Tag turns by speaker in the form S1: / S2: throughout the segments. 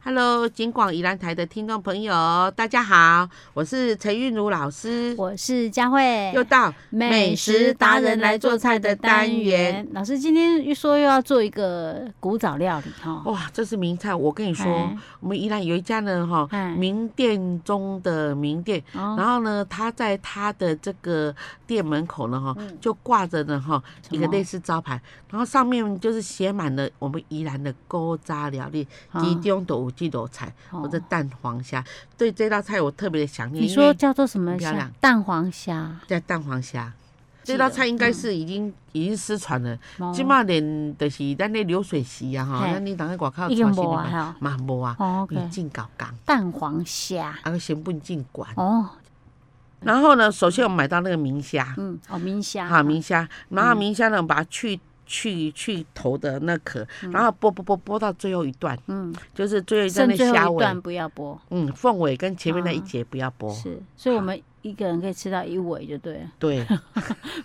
S1: Hello，金广宜兰台的听众朋友，大家好，我是陈韵如老师，
S2: 我是佳慧，
S1: 又到
S2: 老师今天又说又要做一个古早料理哈，
S1: 哇，这是名菜，我跟你说
S2: 哎，
S1: 我们宜兰有一家呢，哈
S2: 哎，
S1: 名店中的名店，
S2: 哦
S1: 然后呢，他在他的这个店门口呢，哈，就挂着呢，哈，
S2: 嗯什
S1: 一
S2: 么
S1: 个类似招牌，然后上面就是写满了我们宜兰的勾渣料理，
S2: 啊
S1: 其中的五季豆菜，
S2: 哦
S1: 我的蛋黄虾，对这道菜我特别的想念。
S2: 你
S1: 因
S2: 说
S1: 为
S2: 叫做什么
S1: 很漂
S2: 虾
S1: 亮？
S2: 蛋黄虾，
S1: 在蛋黄虾。
S2: 记
S1: 这道
S2: 得
S1: 菜应该是已经、已经失传了，
S2: 哦
S1: 即马连就是咱咧流水席啊吼，
S2: 嘿
S1: 咱你人喺外口
S2: 已经
S1: 超市
S2: 无
S1: 里
S2: 啊
S1: 面
S2: 哈
S1: 嘛无啊，
S2: 哦
S1: 你
S2: ，OK，
S1: 进搞工，
S2: 蛋黄虾，
S1: 啊个成本进管。
S2: 哦，
S1: 然后呢，首先我们买到那个明虾，
S2: 嗯，哦，明虾，
S1: 好明虾，然后明虾呢，我们把它去去去头的那壳，然后剥剥剥剥到最后一段，
S2: 嗯，
S1: 就是最后一段
S2: 剩
S1: 的
S2: 最
S1: 虾
S2: 后
S1: 尾，
S2: 一
S1: 哦
S2: 段不要剥，
S1: 嗯，凤尾跟前面那一
S2: 啊
S1: 节不要剥，
S2: 是，所以我们一个人可以吃到一尾就对了，
S1: 对，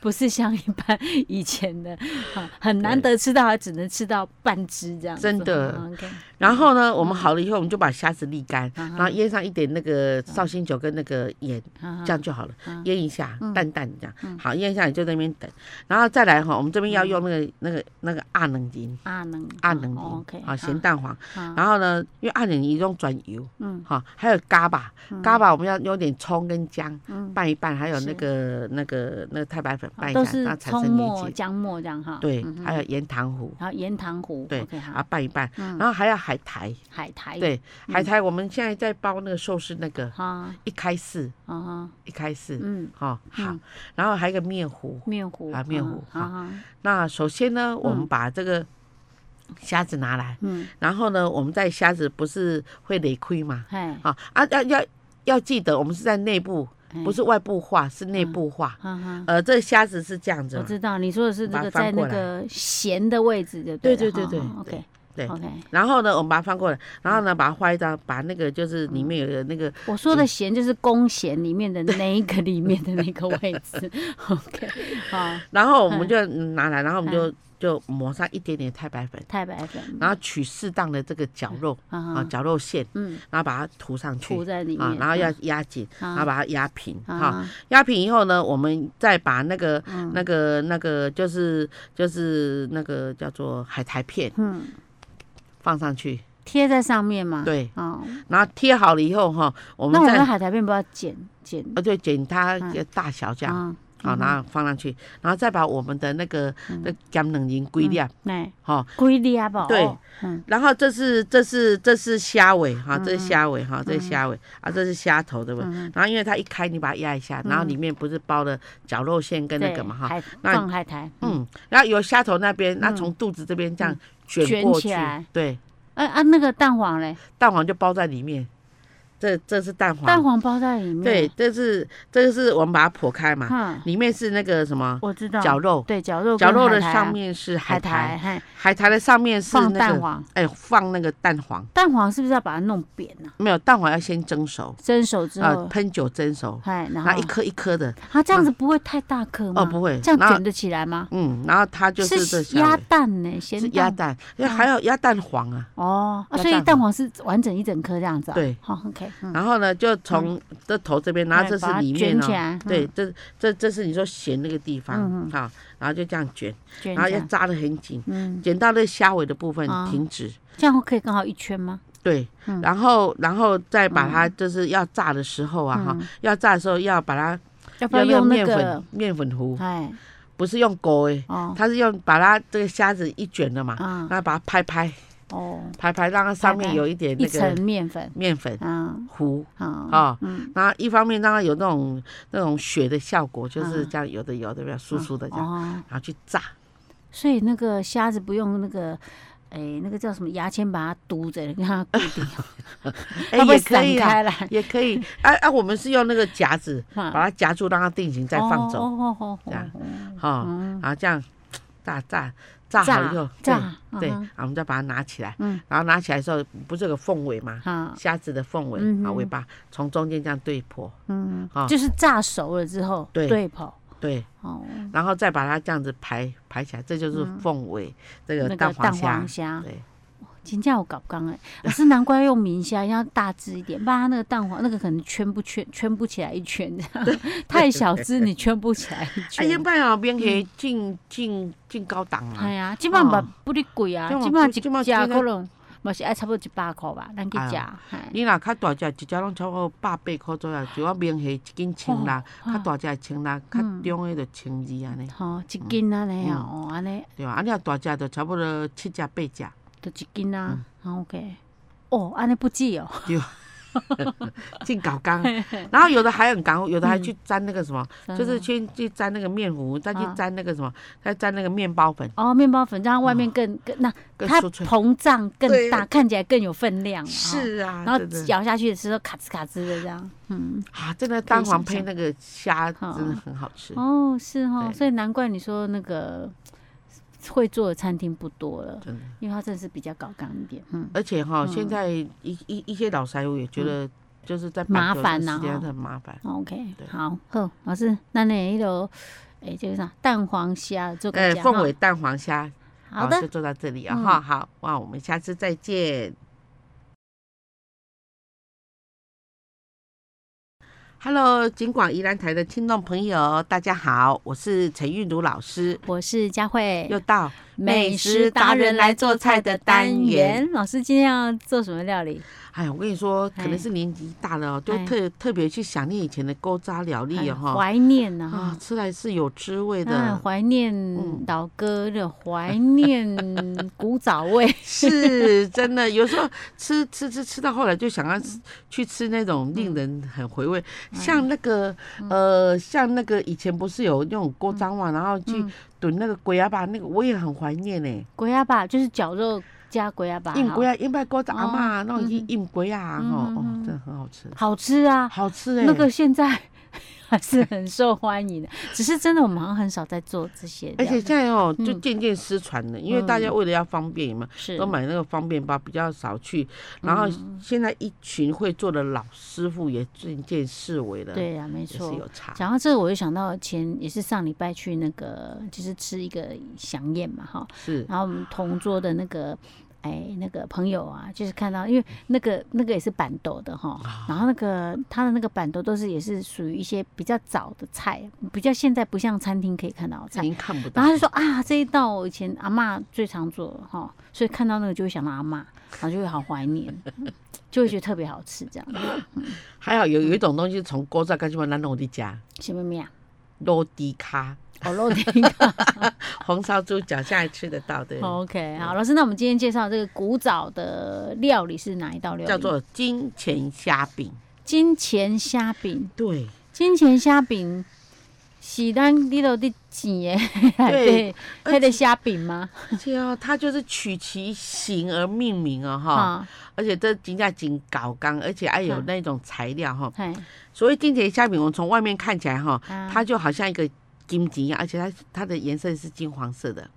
S2: 不是像一般以前的，啊很难得吃到，还只能吃到半只这样子，
S1: 真的
S2: 嗯，OK，
S1: 然后呢，我们好了以后，我们就把虾子沥干，
S2: 嗯哼
S1: 然后腌上一点那个绍兴酒跟那个盐，
S2: 嗯
S1: 这样就好了，
S2: 嗯
S1: 腌一下，淡淡这样。好，腌一下你就在那边等，然后再来哈，我们这边要用那个那个那个二冷银，
S2: 啊能
S1: 二冷
S2: 嗯哦
S1: 银
S2: ，OK，
S1: 啊，咸
S2: 啊
S1: 蛋黄。
S2: 啊
S1: 然后呢，因为二冷银用转油，
S2: 嗯
S1: 好，还有嘎巴，嘎巴我们要用点葱跟姜
S2: 嗯
S1: 拌一拌，还有那
S2: 是
S1: 个那个那个太白粉
S2: 好
S1: 拌一
S2: 都
S1: 下，
S2: 是
S1: 让它产
S2: 葱
S1: 生
S2: 末、
S1: 粘结。
S2: 姜末这样哈。
S1: 对
S2: 嗯，哼
S1: 还有盐糖糊，
S2: 然后盐糖糊，
S1: 对
S2: o k 好，
S1: 啊拌一拌，
S2: 嗯哎
S1: 然后还要海苔。
S2: 海苔，，
S1: 对，海苔我们现在在包那个寿司，那个
S2: 哈
S1: 一开四，
S2: 啊哈，
S1: 一开四，
S2: 嗯，
S1: 好、好
S2: 嗯，
S1: 然后还有一个面糊。
S2: 面糊
S1: 啊面糊
S2: 啊哈，
S1: 那首先呢，我们把这个虾子拿来，
S2: 嗯，
S1: 然后呢，我们在虾子不是会累亏嘛？
S2: 嘿，
S1: 啊啊，要要要记得，我们是在内部，不
S2: 是，
S1: 是外部化，是内部化。
S2: 哈哈，
S1: 呃，这个虾子是这样子
S2: 我
S1: 嘛，
S2: 知道你说的是嗯哦这
S1: 把它
S2: 个
S1: 翻
S2: 在
S1: 过来
S2: 那个咸的位置就
S1: 对
S2: 对
S1: 对对对
S2: ，OK
S1: 对。
S2: OK，
S1: 然后呢，我们把它翻过来，然后呢，把它画一张，把那个就是里面有个那个
S2: 我说的咸就是公咸里面的那一个里面的那个位置 ，OK，好，
S1: 然后我们就
S2: 嗯
S1: 拿来，然后我们就就抹上一点点太白粉，
S2: 太白粉，
S1: 然后取适当的这个绞肉
S2: 啊
S1: 啊
S2: 哈，
S1: 绞肉馅，
S2: 嗯，
S1: 然后把它涂上去
S2: 涂在里
S1: 啊
S2: 面，，
S1: 然后要压紧，然后
S2: 啊
S1: 把它压平哈。
S2: 啊，嗯
S1: 压平以后呢，我们再把那个那个那个就是就是那个叫做海苔片
S2: 嗯，
S1: 放上去，
S2: 贴在上面嘛，，
S1: 对，
S2: 哦，
S1: 然后贴好了以后哈，我
S2: 那
S1: 们
S2: 我
S1: 再
S2: 们海苔片不要剪剪
S1: 呃对剪它
S2: 嗯
S1: 的大小这样，
S2: 啊，
S1: 好，然后放上去，然后再把我们的那个
S2: 嗯
S1: 那姜冷银归粒
S2: 哎，
S1: 哈。
S2: 龟裂啊吧，
S1: 对
S2: 哦，嗯，
S1: 然后这是这是这是虾尾哈，这是虾尾哈，这是虾尾
S2: 嗯
S1: 啊，这是虾头的尾。然后因为它一开，你把它压一下，
S2: 嗯
S1: 然后里面不是包了绞肉馅跟那
S2: 对
S1: 个嘛哈，
S2: 海
S1: 那
S2: 放海苔，嗯，
S1: 嗯，然后由虾头那边，那从肚子这边这样卷
S2: 卷
S1: 过
S2: 起
S1: 去
S2: 来，
S1: 对，
S2: 哎啊，那个蛋黄嘞，
S1: 蛋黄就包在里面。这这是蛋黄，
S2: 蛋黄包在里面，
S1: 对，，这是这个是我们把它剖开嘛，
S2: 哈，
S1: 里面是那个什么
S2: 我知道，
S1: 绞肉，
S2: 对绞肉跟
S1: 绞肉的
S2: 海苔啊
S1: 上面是海
S2: 海苔，
S1: 苔，
S2: 嘿，
S1: 海苔的上面是
S2: 放
S1: 那
S2: 蛋
S1: 个
S2: 黄，
S1: 哎放那个蛋黄，
S2: 蛋黄是不是要把它弄扁呢？
S1: 没有蛋黄要先蒸熟，
S2: 蒸熟之
S1: 啊，
S2: 后，
S1: 喷酒蒸熟，
S2: 哎，然
S1: 然后
S2: 后
S1: 一颗一颗的，
S2: 它这样子不会太大颗吗？
S1: 哦不会
S2: 这样
S1: 然后
S2: 卷得起来吗？
S1: 嗯，然后它就是这
S2: 鸭
S1: 虾尾
S2: 蛋呢，咸
S1: 是
S2: 蛋嗯
S1: 鸭蛋，因为还有鸭蛋黄啊，
S2: 哦，啊
S1: 鸭
S2: 所以
S1: 蛋
S2: 蛋黄是完整一整颗这样子啊，
S1: 对
S2: 好，OK，嗯
S1: 然后呢就从这头这边，然后
S2: 哎
S1: 这是
S2: 把它
S1: 里面
S2: 卷起来
S1: 哦
S2: 嗯，
S1: 对，这这这是你说咸那个地
S2: 嗯
S1: 方，好，然后就这样卷，
S2: 卷
S1: 然后
S2: 起
S1: 要
S2: 来，
S1: 扎得很紧，
S2: 嗯，
S1: 卷到那个虾尾的部分
S2: 啊
S1: 停止，
S2: 这样可以刚好一圈吗？
S1: 对，
S2: 嗯
S1: 然后然后再把它就是要炸的时候啊哈，要炸的时候要把它
S2: 要嗯不要用那
S1: 面
S2: 个
S1: 粉？面粉糊，
S2: 哎，
S1: 不是用钩诶，
S2: 哦，
S1: 它是用把它这个虾子一卷的嘛，
S2: 啊，
S1: 然后把它拍拍
S2: 哦，
S1: 拍拍，让它上
S2: 拍
S1: 面
S2: 拍
S1: 有一点
S2: 一
S1: 那个
S2: 层面粉，
S1: 面粉
S2: 啊，
S1: 糊
S2: 啊，
S1: 啊。
S2: 嗯，
S1: 然后一方面让它有那种那种血的效果，就是这样有的有的比较酥酥的这样，
S2: 嗯哦，
S1: 然后去炸，
S2: 所以那个虾子不用那个，哎，那个叫什么牙签把它堵着， 让它固定，
S1: 哎
S2: 它不会
S1: 也可
S2: 散
S1: 以啊，
S2: 开来，
S1: 也可以。哎哎，我们是用那个夹子把
S2: 把
S1: 它夹住，让它定型再放走。
S2: 哦哦
S1: 这样
S2: 哦哦，
S1: 哈、啊
S2: 嗯
S1: 然后这样炸炸炸好以后，
S2: 炸
S1: 对，对，
S2: 嗯
S1: 然
S2: 哼
S1: 后我们再把它拿起来，
S2: 嗯
S1: 然后拿起来的时候不是有个凤尾吗？
S2: 好，
S1: 虾子的凤尾
S2: 嗯
S1: 啊，
S2: 哼
S1: 尾巴从中间这样对破，
S2: 嗯
S1: 啊，
S2: 就是炸熟了之后
S1: 对
S2: 对跑，
S1: 对，
S2: 哦，
S1: 然后再把它这样子排排起来，这就是凤尾这个
S2: 嗯那个
S1: 蛋
S2: 蛋
S1: 黄虾
S2: 黄，虾，
S1: 对，
S2: 金价我搞不刚哎，老师难怪用明虾要大只一点，不然它那个蛋黄那个可能圈不圈圈不起来一圈这样，太小只你圈不起来一
S1: 啊，一
S2: 圈。
S1: 般哦，
S2: 嗯
S1: 免去进进进高档
S2: 哎
S1: 啊，
S2: 呀，基本嘛
S1: 哦
S2: 不哩贵啊，
S1: 这
S2: 基
S1: 样不
S2: 本
S1: 这
S2: 一
S1: 样
S2: 只
S1: 这样
S2: 可能嘛是爱差不多一百块吧，咱去
S1: 哎
S2: 食。
S1: 呀
S2: 嘿
S1: 你若较大只，一只拢差不多百八箍左右，就我免去一斤千六，
S2: 哦
S1: 较大只的千六，较
S2: 嗯
S1: 中的就千二安尼，
S2: 吼，一斤安尼啊，哦，安尼
S1: 对吧？啊，你若大只就差不多七只八只，
S2: 就一斤啊，OK。哦，安尼不止哦，
S1: 进高 纲。然后有的还很高，有的
S2: 嗯
S1: 还去沾那个什么， 就是去去沾那个面糊，再去
S2: 啊
S1: 沾那个什么，再沾那个面包粉，
S2: 哦，面包粉让它外面更更那
S1: 更
S2: 它
S1: 酥脆。
S2: 膨胀更
S1: 对
S2: 大，看起来更有分量。哈
S1: 是啊，
S2: 然后
S1: 真的
S2: 咬下去的时候咔吱咔吱的这样，嗯，
S1: 啊，真的蛋黄配
S2: 想
S1: 那个虾真
S2: 好
S1: 的很好吃。
S2: 嗯哦，是哦，
S1: 对
S2: 所以难怪你说那个会做的餐厅不多了
S1: 真的，
S2: 因为它真的是比较高档一点，嗯，
S1: 而且哈，现在一一一些老师傅也觉得就是在
S2: 麻
S1: 板球的
S2: 烦呐啊
S1: 时间
S2: 哈
S1: 很麻烦。
S2: OK，
S1: 对
S2: 好，好，老师，那那一楼，哎，这个啥蛋黄虾做个
S1: 哎，
S2: 讲
S1: 凤
S2: 哈
S1: 尾蛋黄虾，
S2: 好的嗯
S1: 就，做到这里啊哈。好，哇，我们下次再见。Hello，金广宜兰台的听众朋友，大家好，我是陈韵如老师，
S2: 我是佳慧，
S1: 又到
S2: 美食达人来做菜的单元。老师今天要做什么料理？
S1: 哎呀，我跟你说，可
S2: 哎
S1: 能是年纪大了哦，就
S2: 哎
S1: 特特别去想念以前的勾渣料理
S2: 哎
S1: 哦哈。
S2: 怀念呐
S1: 啊
S2: 哈，，
S1: 吃来是有滋味
S2: 哎
S1: 的，嗯
S2: 怀念老歌的，怀念 古早味。
S1: 是真的。有时候吃吃吃吃到后来就想要吃去吃那种
S2: 嗯
S1: 令人很回味，像那个呃，像那个以前不是有那种锅张嘛，然后去
S2: 嗯
S1: 炖那个龟鸭吧，那个我也很怀念呢。
S2: 鬼鸭吧，就是绞肉加鬼鸭吧，
S1: 硬
S2: 哈
S1: 龟鸭，硬白锅阿嘛，那
S2: 嗯
S1: 种硬硬龟鸭，哦
S2: 嗯
S1: 哦
S2: 嗯，
S1: 真的很好吃，
S2: 好吃啊，
S1: 好吃哎。
S2: 那个现在 还是很受欢迎的。只是真的，我们好像很少在做这些料
S1: 而
S2: 理，
S1: 且现在哦，就
S2: 嗯
S1: 渐渐失传了，因为大家为了要方便嘛，
S2: 是
S1: 都买那个方便包，比较少去。然后
S2: 嗯
S1: 现在一群会做的老师傅也渐渐式微了，，
S2: 对呀、啊没
S1: 也
S2: 错
S1: 是。有差。
S2: 讲到这，我就想到前也是上礼拜去那个，就是吃一个飨宴嘛，哈，
S1: 是
S2: 然后我们同桌的那个。哎，那个朋友啊，就是看到，因为那个那个也是板豆的哈，
S1: 啊
S2: 然后那个他的那个板豆都是也是属于一些比较早的菜，比较现在不像餐厅可以看到的菜
S1: 已，经看不到
S2: 然后他就说啊，这一道我以前阿嬷最常做哈，所以看到那个就会想到阿嬷，然后就会好怀念， 就会觉得特别好吃这样。
S1: 还好有有一种东西是从锅上干什么咱弄的家
S2: 什么面啊？
S1: 肉低咖
S2: 哦，肉丁。
S1: 红烧猪脚，现在吃得到的，
S2: 哦 OK，好，老师，那我们今天介绍这个古早的料理是哪一道料理？
S1: 叫做金钱虾饼。
S2: 金钱虾饼。
S1: 对，
S2: 金钱虾饼是咱里头的 钱的
S1: 对，
S2: 那个虾饼吗？
S1: 而且哦，它就是取其形而命名哦，哈。
S2: 啊，
S1: 而且这金价金搞刚，而且还有
S2: 嗯
S1: 那种材料哈。
S2: 嘿，
S1: 所谓金钱虾饼，我们从外面看起来哈，
S2: 啊
S1: 它就好像一个金桔一样，而且它它的颜色是金黄色的，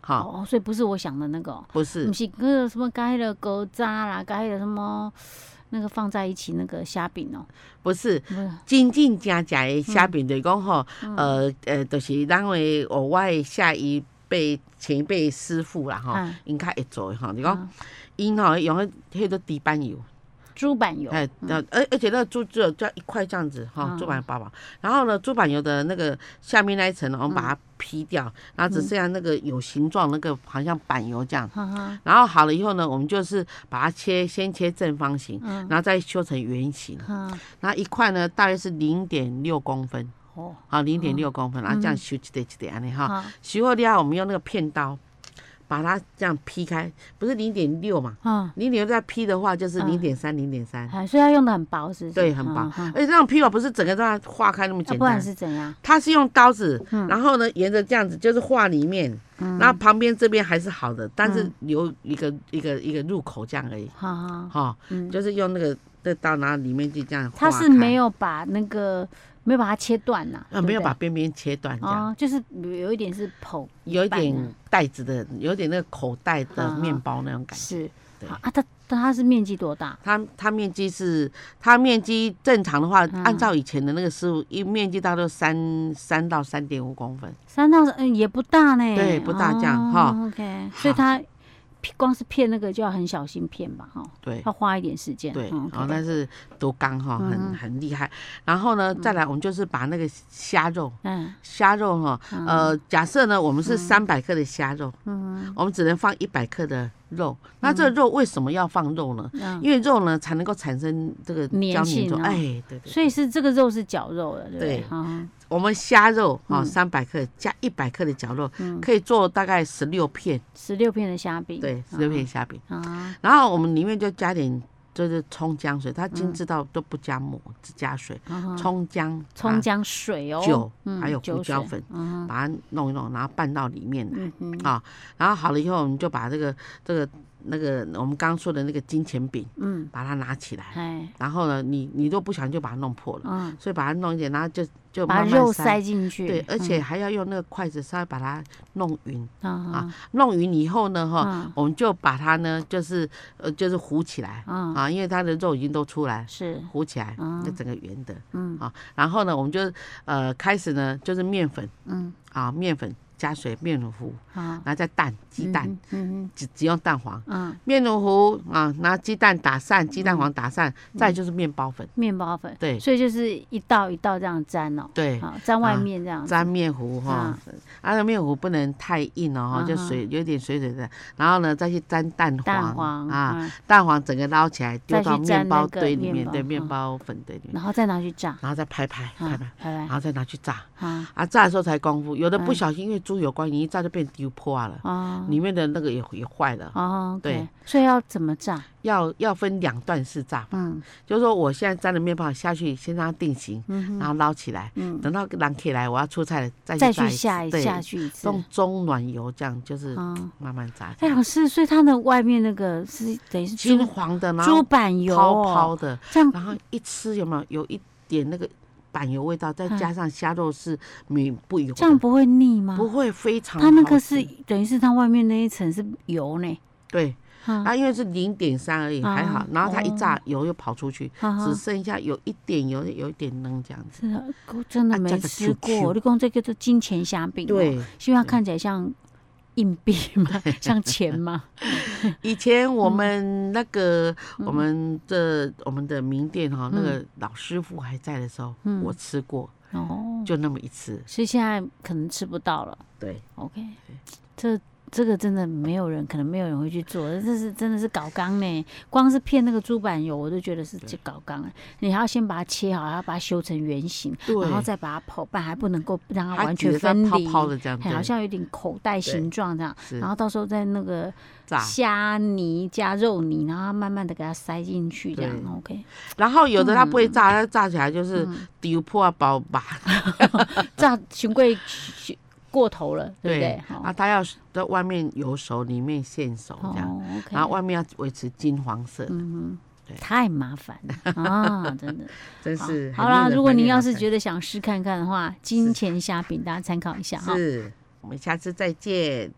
S1: 好、
S2: 哦，所以不是我想的那个哦，
S1: 不是
S2: 不是那个什么该的狗渣啦，该的什么那个放在一起那个虾饼哦，
S1: 不是。
S2: 不是
S1: 真正正正的虾饼就是讲吼，
S2: 嗯
S1: 呃呃，就是咱为我我的下一辈前一辈师傅啦吼
S2: 嗯，
S1: 因较会做的吼，你
S2: 嗯
S1: 讲因吼用迄迄个地板油，
S2: 猪板油，
S1: 哎，呃而而且那个猪只有这样一块这样子哈
S2: 嗯，
S1: 猪板包包，然后呢，猪板油的那个下面那一层呢，我们把它劈掉，
S2: 嗯
S1: 然后只剩下那个有形状那个好像板油这样。
S2: 哈哈，
S1: 然后好了以后呢，我们就是把它切，先切正方形，
S2: 嗯
S1: 然后再修成圆形。
S2: 哈，
S1: 然后一块呢，大约是零点六公分，
S2: 哦，嗯
S1: 好，零点六公分，啊然后这样修一点一点安尼哈。
S2: 好，
S1: 修好了，我们用那个片刀把它这样劈开，不是零点六嘛？
S2: 嗯，
S1: 零点六再劈的话就是零点三，零点三。
S2: 哎所以它用嗯的很薄，是不是？
S1: 对，很棒
S2: 嗯。嗯
S1: 而且这种劈法不是整个让它划开那么
S2: 那
S1: 简
S2: 不然
S1: 单，
S2: 是嗯怎样？
S1: 它是用刀子，然后呢，沿着这样子就是画里面，
S2: 嗯
S1: 然后旁边这边还是好的，但是留一个一个一个入口这样而已，
S2: 哈哈，
S1: 哈，就是用那个的刀，然后里面就这样划
S2: 嗯它
S1: 开。
S2: 是没有把那个没有把它切断呐，对
S1: 啊，
S2: 不
S1: 没有
S2: 对
S1: 把边边切断这样。
S2: 哦，就是有有一点是剖一
S1: 有一
S2: 半
S1: 点
S2: 啊
S1: 袋子的，有点那个口袋的面包那种感觉。
S2: 嗯是
S1: 对
S2: 好啊，它它是面积多大？
S1: 它它面积是它面积正常的话，
S2: 嗯
S1: 按照以前的那个师傅，一面积大概三三到三点五公分。
S2: 三到四嗯也不大呢，
S1: 对不大这样
S2: 哦
S1: 哈
S2: OK，所以
S1: 好
S2: 它骗光是骗那个就要很小心骗吧，哈，
S1: 对
S2: 要花一点时间。
S1: 对，
S2: 嗯
S1: 哦，
S2: ，OK 嗯
S1: 那是多刚哈，很很厉害。然后呢，再来我们就是把那个虾肉，
S2: 嗯
S1: 虾肉哈，呃，假设呢我们是三百克的虾肉，嗯，我们只能放一百克的肉。那这个肉为什么要放肉呢？
S2: 嗯，
S1: 因为肉呢才能够产生这个
S2: 粘
S1: 胶
S2: 性
S1: 粘状，
S2: 啊
S1: 哎，对对。
S2: 所以是这个肉是绞肉的，对不对哦
S1: 对？
S2: 哈，
S1: 我们虾肉
S2: 嗯
S1: 哈，三百克加一百克的绞肉，可以做大概十六片，
S2: 十六片的虾饼。
S1: 对，十六片虾饼。
S2: 啊，
S1: 然后我们里面就加点就是葱姜水，它精致到都不加沫，只加水，
S2: 啊
S1: 葱姜、
S2: 葱
S1: 啊、
S2: 姜水哦，
S1: 酒
S2: 嗯
S1: 还有
S2: 酒
S1: 胡椒
S2: 水
S1: 粉
S2: 嗯
S1: 把它弄一弄，然后拌到里面来
S2: 嗯哼
S1: 啊。然后好了以后，我们就把这个这个那个我们刚刚说的那个金钱饼，
S2: 嗯，
S1: 把它拿起来。
S2: 哎，
S1: 然后呢，你你都不小心就把它弄破了，
S2: 嗯，
S1: 所以把它弄一点，然后就就
S2: 把
S1: 慢慢
S2: 肉
S1: 塞。
S2: 塞进去。
S1: 对，而且还要用那个筷子稍微把它弄匀，
S2: 嗯啊
S1: 弄匀以后呢，哈、
S2: 啊
S1: 我们就把它呢，就是呃，就是糊起来
S2: 啊，
S1: 啊，因为它的肉已经都出来，
S2: 是，
S1: 糊起来，
S2: 嗯
S1: 就整个圆的
S2: 嗯
S1: 啊。然后呢，我们就呃开始呢，就是面粉
S2: 嗯
S1: 啊，面粉加水，面粉糊，
S2: 啊，
S1: 然后再蛋，鸡蛋，
S2: 嗯
S1: 只只用蛋黄，
S2: 哼嗯，
S1: 面粉糊啊，拿鸡蛋打散，鸡蛋黄打散，
S2: 嗯
S1: 再就是面包粉，
S2: 面包粉。
S1: 对
S2: 所以就是一道一道这样粘哦，
S1: 对。
S2: 好粘外
S1: 啊
S2: 面这样子。
S1: 粘面糊哈，啊，那面糊不能太硬哦，哈就
S2: 嗯哼
S1: 水有点水水的，然后呢再去沾蛋黄，
S2: 蛋黄
S1: 啊，，
S2: 嗯
S1: 蛋黄整个捞起来丢
S2: 再去
S1: 到
S2: 沾
S1: 面
S2: 那
S1: 包
S2: 个
S1: 堆里
S2: 面
S1: 面，
S2: 包
S1: 对，面
S2: 嗯
S1: 包粉堆里面，
S2: 然后再拿去炸，
S1: 然后再拍拍拍
S2: 啊
S1: 拍，
S2: 拜
S1: 然
S2: 拜
S1: 后再拿去炸，
S2: 啊
S1: 啊，炸的时候才功夫，有的不
S2: 嗯
S1: 小心因为猪油关，你一炸就变丢破了，
S2: 啊
S1: 里面的那个也也坏了。
S2: 哦，OK
S1: 对，
S2: 所以要怎么炸？
S1: 要要分两段式炸，
S2: 嗯
S1: 就是说我现在沾了面包下去，先让它定型，然后捞起来，
S2: 嗯，
S1: 等到狼起来我要出菜了再
S2: 再
S1: 去炸
S2: 去
S1: 一
S2: 下一
S1: 次，对，
S2: 下去一次。
S1: 用中暖油这样就是
S2: 啊，
S1: 慢慢炸起
S2: 哎，
S1: 来。
S2: 老师，所以它的外面那个是等于是
S1: 金
S2: 猪
S1: 黄的，然
S2: 猪
S1: 后
S2: 板油
S1: 泡
S2: 哦，
S1: 泡的，
S2: 这样
S1: 然后一吃有没有有一点那个板油味道，再
S2: 嗯
S1: 加上虾肉是米不油的，
S2: 这样不会腻吗？
S1: 不会非常好
S2: 它
S1: 吃。
S2: 那个是等于是它外面那一层是油呢，
S1: 对，
S2: 啊
S1: 它因为是零点三而已，还好
S2: 啊。
S1: 然后它一
S2: 哦嗯
S1: 炸油又跑出去，
S2: 哈
S1: 只
S2: 哈，
S1: 剩下有一点油，有一点嫩这样子。
S2: 是啊，我真的
S1: 啊
S2: 没
S1: 加个
S2: 吃
S1: QQ
S2: 过。你讲这叫做金钱虾饼，，
S1: 对，
S2: 是因为它看起来像硬币 嘛，像钱嘛，
S1: 以前
S2: 嗯
S1: 我们那个我们这我们的名店哈，那个老师傅还在的时候，
S2: 嗯
S1: 我吃过，
S2: 哦，
S1: 就那么一次。
S2: 所以现在可能吃不到了。
S1: 对，
S2: OK，这这个真的没有人，可能没有人会去做，这是真的是搞缸呢。光是骗那个猪板油，我都觉得是这搞缸了。你还要先把它切好，还要把它修成圆形，
S1: 对
S2: 然后再把它刨拌，还不能够让它
S1: 它
S2: 完
S1: 挤
S2: 全
S1: 得像
S2: 分
S1: 泡
S2: 离，哎
S1: 泡的这样，
S2: 嘿好
S1: 对
S2: 像有点口袋形状这样。
S1: 是
S2: 然后到时候在那个
S1: 炸。
S2: 虾泥加肉泥，然后慢慢的给它塞进去，这样
S1: 对
S2: OK。
S1: 然后有的它不会
S2: 嗯
S1: 炸，它炸起来就是丢破啊包吧。
S2: 炸熊贵过头了，对不对？
S1: 啊，它要在外面油熟，里面现熟
S2: 哦
S1: 这样，
S2: ，OK
S1: 然。后外面要维持金黄色，
S2: 嗯
S1: 对
S2: 哼，太麻烦了啊！真的，
S1: 真
S2: 好
S1: 是
S2: 好啦。如果您要是
S1: 得
S2: 觉得想试看看的话，金钱虾饼大家参考一下哈。
S1: 是，我们下次再见。